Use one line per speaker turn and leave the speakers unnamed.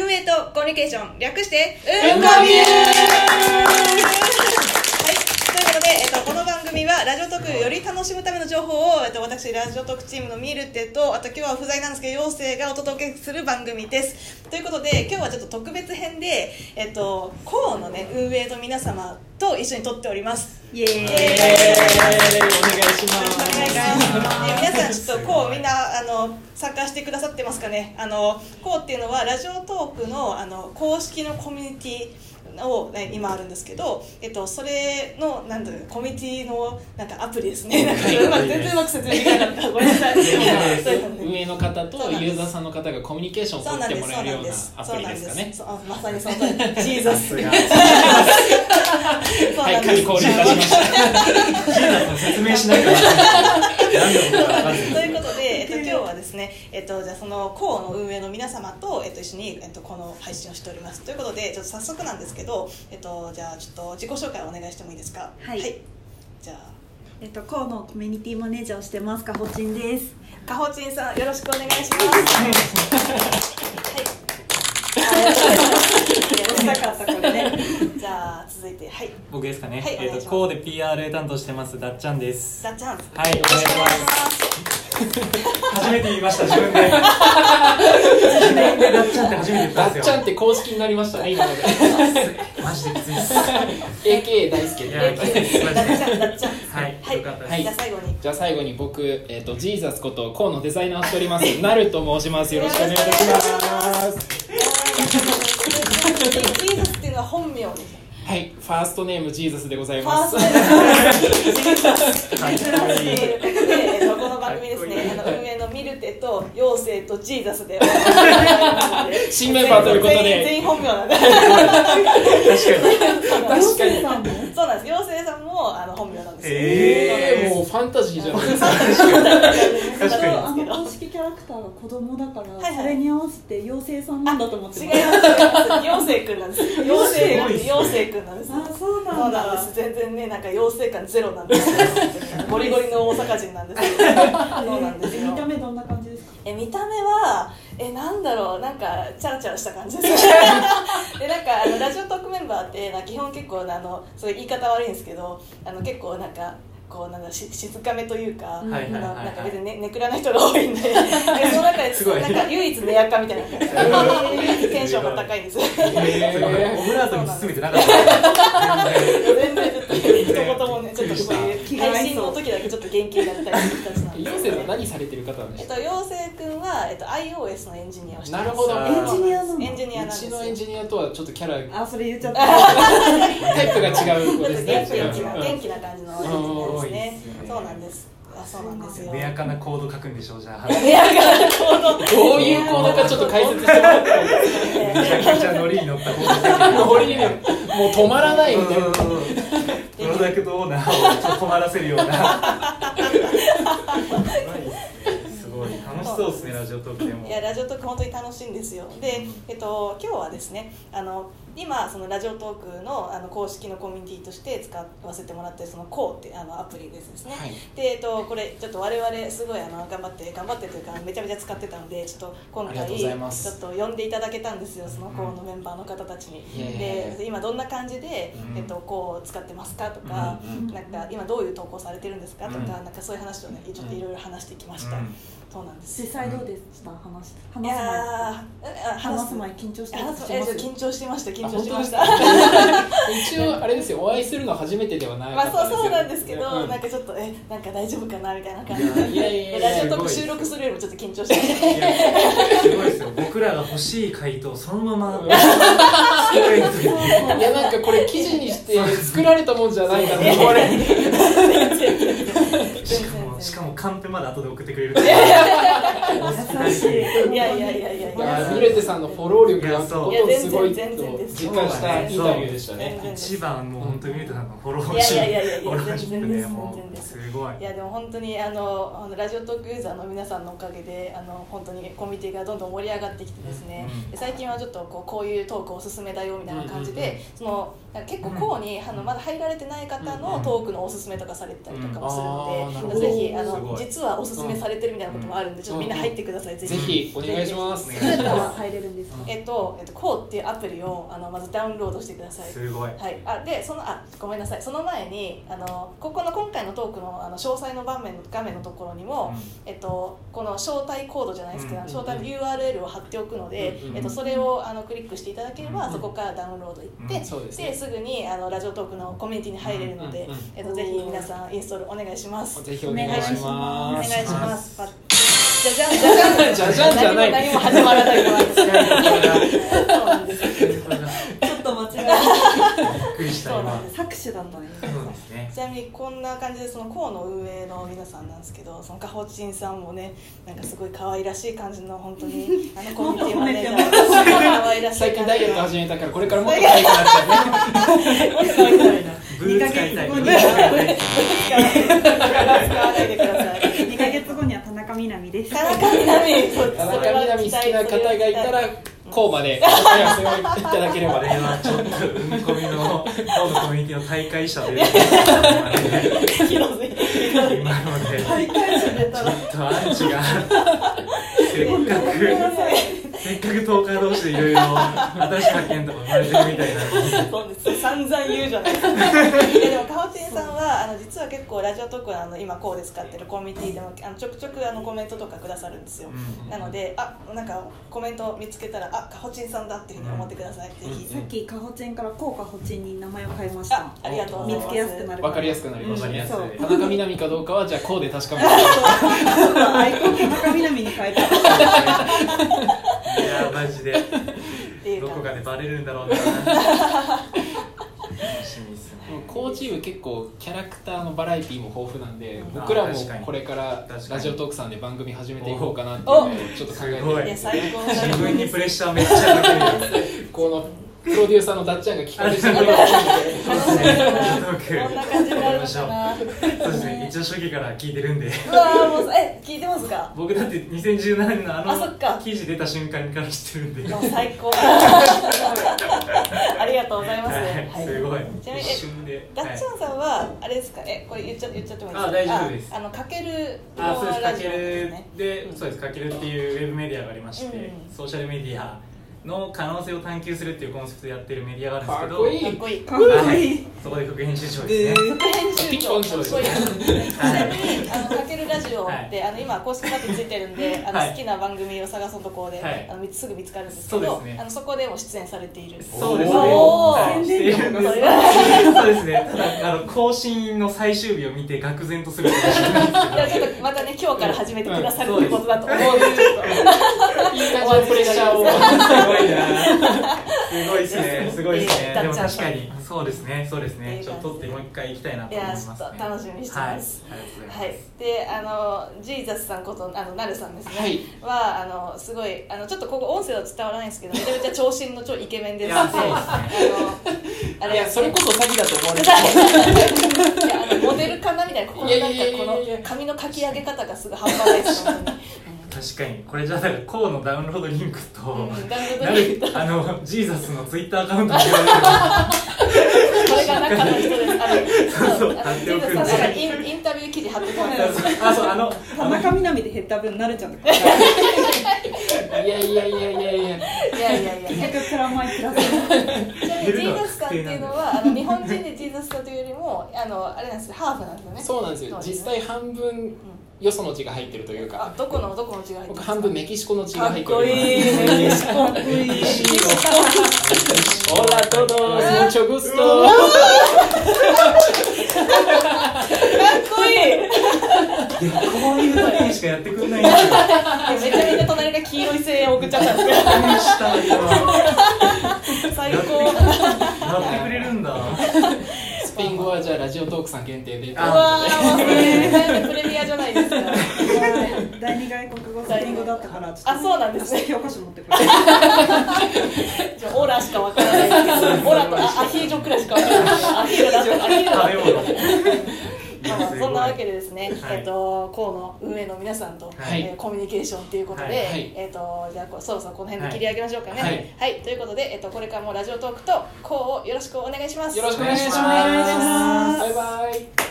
ニケーション略して
うんこみゅ
はい、ということで、えっと、この番組はラジオトークをより楽しむための情報を、えっと、私ラジオトークチームのミールテとあと今日は不在なんですけど妖精がお届けする番組ですということで今日はちょっと特別編で、えっと、コーの、ね、運営の皆様と一緒に撮っております
イエーイ
イエーイ
お願いし
よろしくお願いし
ます
ます。皆さんちょっとこうみんなあの参加してくださってますかね。あのこうっていうのはラジオトークのあの公式のコミュニティを、ね、今あるんですけど、えっとそれのなんだろうコミュニティのなんかアプリですね。なんかうまく全然うまく説明できなかった。ごめんなさい。そういうのね
運営の方とユーザーさんの方がコミュニケーションを
そうな
取っ
ん
て
で
も
す。
ら
そう
える
な
よ
ん
う
です。そうなんで
なアプリで
す
かね
す。そうあまさにその通り。ジーザス。そう
が
は
ないんで
神
す。
降臨いたしました
説明しないから何で僕は分かんない
ということで、え っと、今日はですね、えっと、じゃあその校の運営の皆様と、えっと、一緒に、えっと、この配信をしておりますということでちょっと早速なんですけど、えっと、じゃあちょっと自己紹介をお願いしてもいいですか
はい
じゃあ
えっと、コーのコミュニティマネージャーをしてます、かほちんです。
かほちんさんよろしくお願いし ますはいあやりたかったこれね じゃあ続いてはい
僕ですかね、
はい
え
お願い
っ
します
とコーデ PRA 担当してますだっちゃんです
ザ・チャンス
はいお願いします
す
初めて言いました自分 で自分でだっちゃんって初めて言った
ガ
んで
ッ
す
チ
よ
ャンって公式になりましたね今ので
マジできついです
AK 大輔
い
で
やきついですマ
ザ・
ジ
チャンスザ・チャン
で
ス
はい、よかったです、
はい
じゃあ最後 に
じゃあ最後に僕、えっとジーザスことコウのデザイナーをしておりますなると申しますよろしくお願いいたします
ジ ーザスっていうのは本名ですね
はいファーストネームジーザスでござい
ファー
ま
ス
す
トでこの番組ですね、あの運営のミルテと妖精とジーザスで
新メンバーということ
全員
で
全員本名なんで
確かに
確かに
さんも。
そうなんです妖精さんもあの本名なんですよ、
えー
もうファンタジーじゃないですか
そう
確
あ
な
か
ん
の
ですけど
公式キャラクターが子供だから、
はいはい
それに合わせて妖精さんなんだと思って
違い
ま
ます
す。
妖精くんなんです妖精なんです妖精くんなんです
あ、そう
そ
な
うん
だ。
なんです全然ねなんか妖精感ゼロなんですよゴリゴリの大阪人なんです けどそうなんですよ
見た目どんな感じですか。
え見た目はえなんだろうなんかチャラチャラした感じです でなんかあのラジオトークメンバーってなんか基本結構あのそういう言い方悪いんですけどあの結構なんかこうなんだし静かめというか、
はいはいはい
あの
はい
なんか別にねねくらない人が多 いんででその中です
ごい
なんか唯一ねやっかみたいな感じで唯一テンションが高いんですよ
すごいオブラートに包めてなかった全 然
全然ちょっと一言もねちょっとこういう
気が合いそう
配信の時だけちょっと元気になったりする人たちなんです
妖精さん何されてる方なんで
えっ
す
と、
か
妖精くんは、えっと、iOS のエンジニアをしてます
なるほど
エンジニアなの
エンジニアなん
う
です
ち
よ
のエンジニアとはちょっとキャラ
あ、それ言っちゃった。
タイプが違う子
ちょっ
です
と元気な
ね違ううん
元気な感じのエンジニアですね
うん多いですね
そうなんですあそうなんですよ
目やかなコード書くんでしょうじゃあ
レアが行動
どういう行動かちょっと解説してもらってもいいです
めちゃくちゃノリに乗ったコード書く
かノリにもう止まらないみたいな
プロダクトオーナーをちょっと困らせるよう なすごい楽しそうですねラジオトークでも
いやラジオトーク本当に楽しいんですよで、えっと、今日はですねあの今そのラジオトークのあの公式のコミュニティとして使わせてもらってるその COO ってあのアプリですね、
はい
で、えっと、これちょっと我々すごいあの頑張って頑張ってというかめちゃめちゃ使ってたのでちょっと今
ありが
回
とうございます
ちょっと呼んでいただけたんですよその COO のメンバーの方たちに、
いやいやいや
で今どんな感じで、
うん
えっと、こう使ってますかとか、
うん
うん
なんか今どういう投稿されてるんですかとか、
うん
なんかそういう話をねちょっといろいろ話してきました、
うん
そうなんです
実際どうでした、話。
い
話す
やーあ
前。話す
ま
前、緊張して
話
ま
そ
す
うえ緊張してました緊張してました
あ本当ですか一応あれですよお会いするのは初めてではない
まあそうそうなんですけど、
うん
なんかちょっとえなんか大丈夫かなみたいな感じで
いやいやいや
ラ
い
ジオ
や
トーク収録するよりもちょっと緊張してました
いやすごいですよ僕らが欲しい回答そのまま 机に取り入れ
いやなんかこれ記事にして作られたもんじゃないかなこれ
てしかもしかもカンペまで後で送ってくれる
優しい。
いやいやいやいやい
いや
や
ミレテさんのフォロー力が
そう
どんどんすごいと実感したインタビューでした
全
ね
然です
一番もう本当にミュートさんのフォロ
い
ー
や
シ
い
ッ
や
プ
いやいや
フォローシップ
全然で
ね
す
も
全然
う
です
すごい
いやでも本当にあのあのラジオトークユーザーの皆さんのおかげであの本当にコミュニティがどんどん盛り上がってきてですね、
うん
で最近はちょっとこうこういうトークおすすめだよみたいな感じで、
うんうんうん
そのなんか結構こうに、あのまだ入られてない方
うんう
の
ん
トークのおすすめとかされてたりとかもする
うんあーなる
の
ほ
で、
ど
ぜひあ
すご
の
い
実はおすすめされてるみたいなこともあるんでちょっとみんな入入ってくださいぜひ
ぜひお願いします。
どうやったら入れるんですか
えっと、えっと、こうっていうアプリをあのまずダウンロードしてください
すごい
はい、あでそのあごめんなさいその前にあのここの今回のトークのあの詳細の場面画面のところにも、えっと、この招待コードじゃないですけど、
うん
招待の URL を貼っておくので、
うん
えっと、それをあのクリックしていただければ、
うん
そこからダウンロード行って、
うん
そうですね
すぐにあのラジオトークのコミュニティに入れるので、
うんうん
えっと、ぜひ皆さんインストールお願いします。
ぜひお願いし
お
ま
願い
す。
します。ばじゃじゃんじゃじゃん
じ ゃじゃんじゃない
何も何も始まらないから。 そうなんです。
これ
ち
が
ょっと間違
びっくりした
そう
今
な
そ
んです。
え拍手だったね
うで すね
ちなみにこんな感じでその校の運営の皆さんなんですけどそのカホチンさんもねなんかすごい可愛らしい感じの本当にあのコミュニティマネージャーの可愛らしい
最近
感
ダイ
じ
エット
の
始めたからこれからもっと早くなっちゃうね。
ブーツ買いたい
二ヶ月後に
使わないでください
2ヶ月後には田中みな実です
田中みな実そう
田中みな実好きな方がいたら、こうまでお問い合わせをいただけれ
こ
ば
れ
ね。
はちょっとうんこみの今のコミュニティの大会者という
広め
今のでちょ
大会者出たら
っとアンチがせっかくせっかくトーカー同士でいろいろ新しい発見とか生まれてるみたいな
そうです散々言うじゃないですかいやでもカオチンさんはあの実は結構ラジオトークのあの今こうで使ってるコミュニティでもあのちょくちょくあのコメントとかくださるんですよ、
うん
なのであなんかコメント見つけたらあカホチンさんだっていうふうに思ってください、ぜひ
さっきかほちんからこうかほちんに名前を変えました
あありがとうございま
見
す
つけやすくなる
わかりやすくなりました
うん
ね。
そう
田中みな実かどうかはじゃあこうで確かめます。
アイコン田中みな実に変えた
いやマジで
っていう
どこ
感
か
じ
でバレるんだろうな楽しみですね
コーチーム結構キャラクターのバラエティーも豊富なんで
うん
僕ら
あー
も
確かに
これから
確かに
ラジオトークさんで番組始めていこうかなっていうのをちょっと考えて
お
るん
い
で
や
す
最高な
自分にプレッシャーめっちゃかける
このプロデューサーのだっちゃんが企画してくれ
楽しみだな
楽しみ
こんな感じになるのかな
そうですね一応初期から聞いてるんで
うわーもうえ聞いてますか
僕だって2017年のあ
あそっか
の記事出た瞬間から知ってるんで
もう最高ありがとうございます、
はいすごい
ちなみに
一瞬で
ダッチャンさんはあれですかえこれ言っちゃ言っちゃってもいいですか
あ大丈夫です
ああのかける
あそうですか
ラ
け
ジオです
る
ね
でそうですかけるっていうウェブメディアがありまして、
うん
ソーシャルメディアの可能性を探求するっていうコンセプトでやってるメディアがあるんです
か
け
っ
ど
かっこ
こいい
いい
かっこ
はい
い
いそこで副編集長ですね
副編集長かっこいいちなみにあのかけるラジオって、あの今公式サイトついてるんであの、
はい
好きな番組を探すところで、
はい
あのみすぐ見つかるんですけど
そうですね
あのそこでも出演されている
そうですね
お
は
ー
宣
い
伝力がすごい
そうですねただあの更新の最終日を見て愕然とするかもしれないんですけど
じゃあちょっとまたね今日から始めてくださるってことだと思う
もうねいい感じのプレッシャーを
すごいな。すごいですね。すごいです
え
ね。
ー
でも確かにそうですね。そうです
え
ね。
ー
ちょっと撮ってもう一回行きたいなと思います、ね。
いやちょっと楽しみにしてます
はい。ありがとうございます。
はい、であのジーザスさんことあのなるさんですね、
はい
はあのすごいあのちょっとここ音声は伝わらないんですけどめちゃめちゃ長身の超イケメンです
いや
の
そう
あのあ
い
れ
やそれこそ詐欺だと思われる
いやあのモデルかなみたいなここのなんか
いやいやいやいや
この髪のかき上げ方がすごい半端ないです本当に
確かにこれじゃあだからコウのダウンロードリンクと、
うんダウンロード
な
リン
る
ク
あのジーザスのツイッターアカウントに入れら
これが中の人ですあの
そうそう
あ
貼
の
っ
ジ
てお
ー
くんで
ザスさんだからインインタビュー記事貼ってこない
れる。あそうあの
田中みな実で減った分なるちゃんとか
いやいやいやいやいや
いやいやいや
結局プラマイプラス
ちなみにジーザスさんっていうのはあの日本人でジーザスさんというよりもあのあれなんですよハーフなんですよね
そうなんですよ
そう
実際半分よその血が入ってるという
あ
か
どこのどこの違いですか
僕半分メキシコの血が
か
入
っ
ってお
こい
り
いメキシコ
かっこいい
ますオラトドスムチョグスト
かっこいい
いやこういう時にしかやってくれないんですよ。
めちゃめちゃ隣が黄色い声援を送っちゃったんで
何したの今。
すけど最
やって
高
やってくれるんだ。
スペイン語はじゃあラジオトークさん限定で
う
あ
わーもうそれだいぶプレミアじゃないですか
第二外国語スペイン語だったからちょっと
あそうなんですね
教科書持ってくる
じゃあオラしかわからないですけどオラとあアヒージョくらいしかわからないですアヒージョだってアヒージョだ
食
っ
べ
て
物。
まあまあそんなわけでですね、
はい
えっと河野運営の皆さんと、
はい
えーコミュニケーションということで、
はい
はい
えっとじゃあこそろそろこの辺で切り上げましょうかね。は
はいい、
ということでえっ、とこれからもラジオトークと河をよろしくお願いします。
よろしくお願いします
お願いし
バイバイ